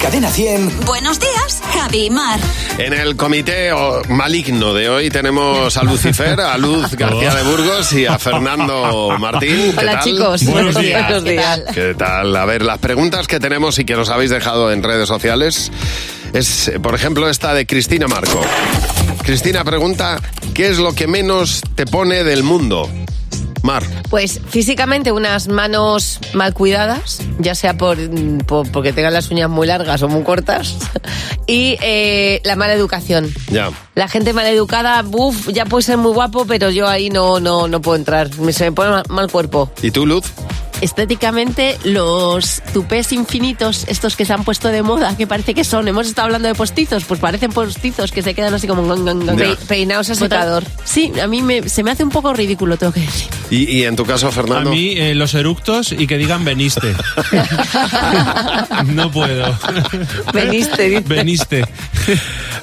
Cadena 100. Buenos días, Javi y Mar. En el comité o- maligno de hoy tenemos a Lucifer, a Luz García de Burgos y a Fernando Martín. ¿Qué Oh. Hola tal? chicos, Buenos días. Buenos días. ¿Qué tal? A ver, las preguntas que tenemos y que nos habéis dejado en redes sociales es, eh, por ejemplo, esta de Cristina Marco. Cristina pregunta, ¿qué es lo que menos te pone del mundo? Mar. Pues físicamente unas manos mal cuidadas, ya sea por, por- porque tengan las uñas muy largas o muy cortas, y eh, la mala educación. Ya. La gente mal educada, buf, ya puede ser muy guapo, pero yo ahí no, no, no puedo entrar. Me- Se me pone mal, mal cuerpo. ¿Y tú, Luz? Estéticamente, los tupés infinitos, estos que se han puesto de moda, que parece que son, hemos estado hablando de postizos, pues parecen postizos que se quedan así como... gong, gong, gong. Ya. Pe- peinaos a secador. Sí, a mí me- se me hace un poco ridículo, tengo que decir. ¿Y, y en tu caso, A Fernando? mí eh, los eructos y que digan veniste. no puedo. Veniste, dice. Veniste.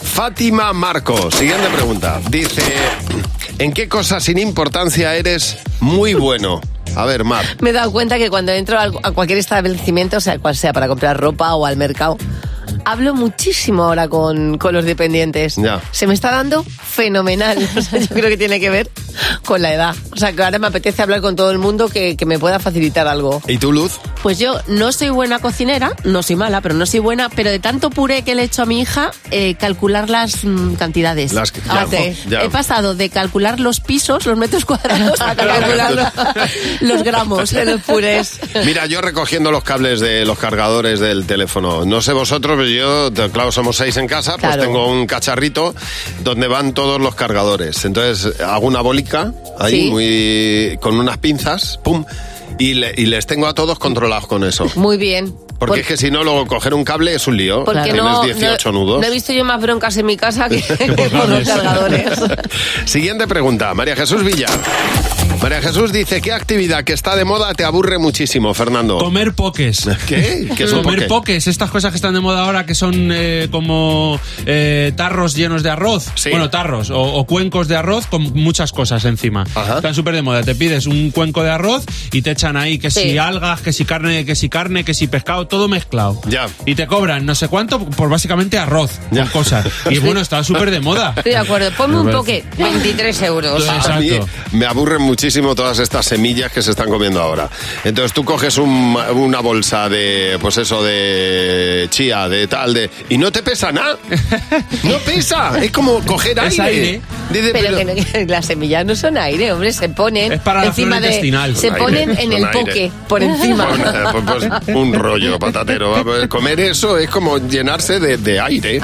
Fátima Marco, siguiente pregunta. Dice, ¿en qué cosa sin importancia eres muy bueno? A ver, Mar. Me he dado cuenta que cuando entro al- a cualquier establecimiento, sea cual sea, para comprar ropa o al mercado, hablo muchísimo ahora con, con los dependientes. Ya. Se me está dando fenomenal. O sea, yo creo que tiene que ver con la edad. O sea, que ahora me apetece hablar con todo el mundo que, que me pueda facilitar algo. ¿Y tú, Luz? Pues yo no soy buena cocinera, no soy mala, pero no soy buena, pero de tanto puré que le he hecho a mi hija, eh, calcular las mm, cantidades. Las que- Ah, ya, sí. ya. He pasado de calcular los pisos, los metros cuadrados, Ah, a calcular los, los gramos de los purés. Mira, yo recogiendo los cables de los cargadores del teléfono. No sé vosotros, pero yo, t- claro, somos seis en casa, Claro. pues tengo un cacharrito donde van todos los cargadores. Entonces hago una bolica ahí, Sí. muy, con unas pinzas, pum, y, le- y les tengo a todos controlados con eso. Muy bien. Porque Por- es que si no, luego coger un cable es un lío. porque Tienes no, 18 no- nudos. no he visto yo más broncas en mi casa que, que por los cargadores. Siguiente pregunta, María Jesús Villa. María Jesús dice, ¿qué actividad que está de moda te aburre muchísimo, Fernando? Comer poques. ¿Qué? ¿Qué es un Comer poke? poques, estas cosas que están de moda ahora que son eh, como eh, tarros llenos de arroz. Sí. Bueno, tarros o, o cuencos de arroz con muchas cosas encima. Ajá. Están súper de moda. Te pides un cuenco de arroz y te echan ahí que Sí. si algas, que si carne, que si carne, que si pescado, todo mezclado. Ya. Y te cobran no sé cuánto por básicamente arroz Ya. con cosas. Y bueno, está súper de moda. Estoy de acuerdo. Ponme un Me poque. 23 euros. Entonces, A mí Exacto. me aburren muchísimo todas estas semillas que se están comiendo ahora. Entonces tú coges un- una bolsa de, pues eso, de chía, de tal, de... Y no te pesa nada. No pesa. Es como coger Es aire. aire. Dice, pero- Pero que, no- que las semillas no son aire, hombre, se ponen Es para la encima flora de intestinal. se Son ponen aire, en son el aire. eh, poke por encima. Bueno, pues, pues, un rollo patatero. Comer eso es como llenarse de, de aire.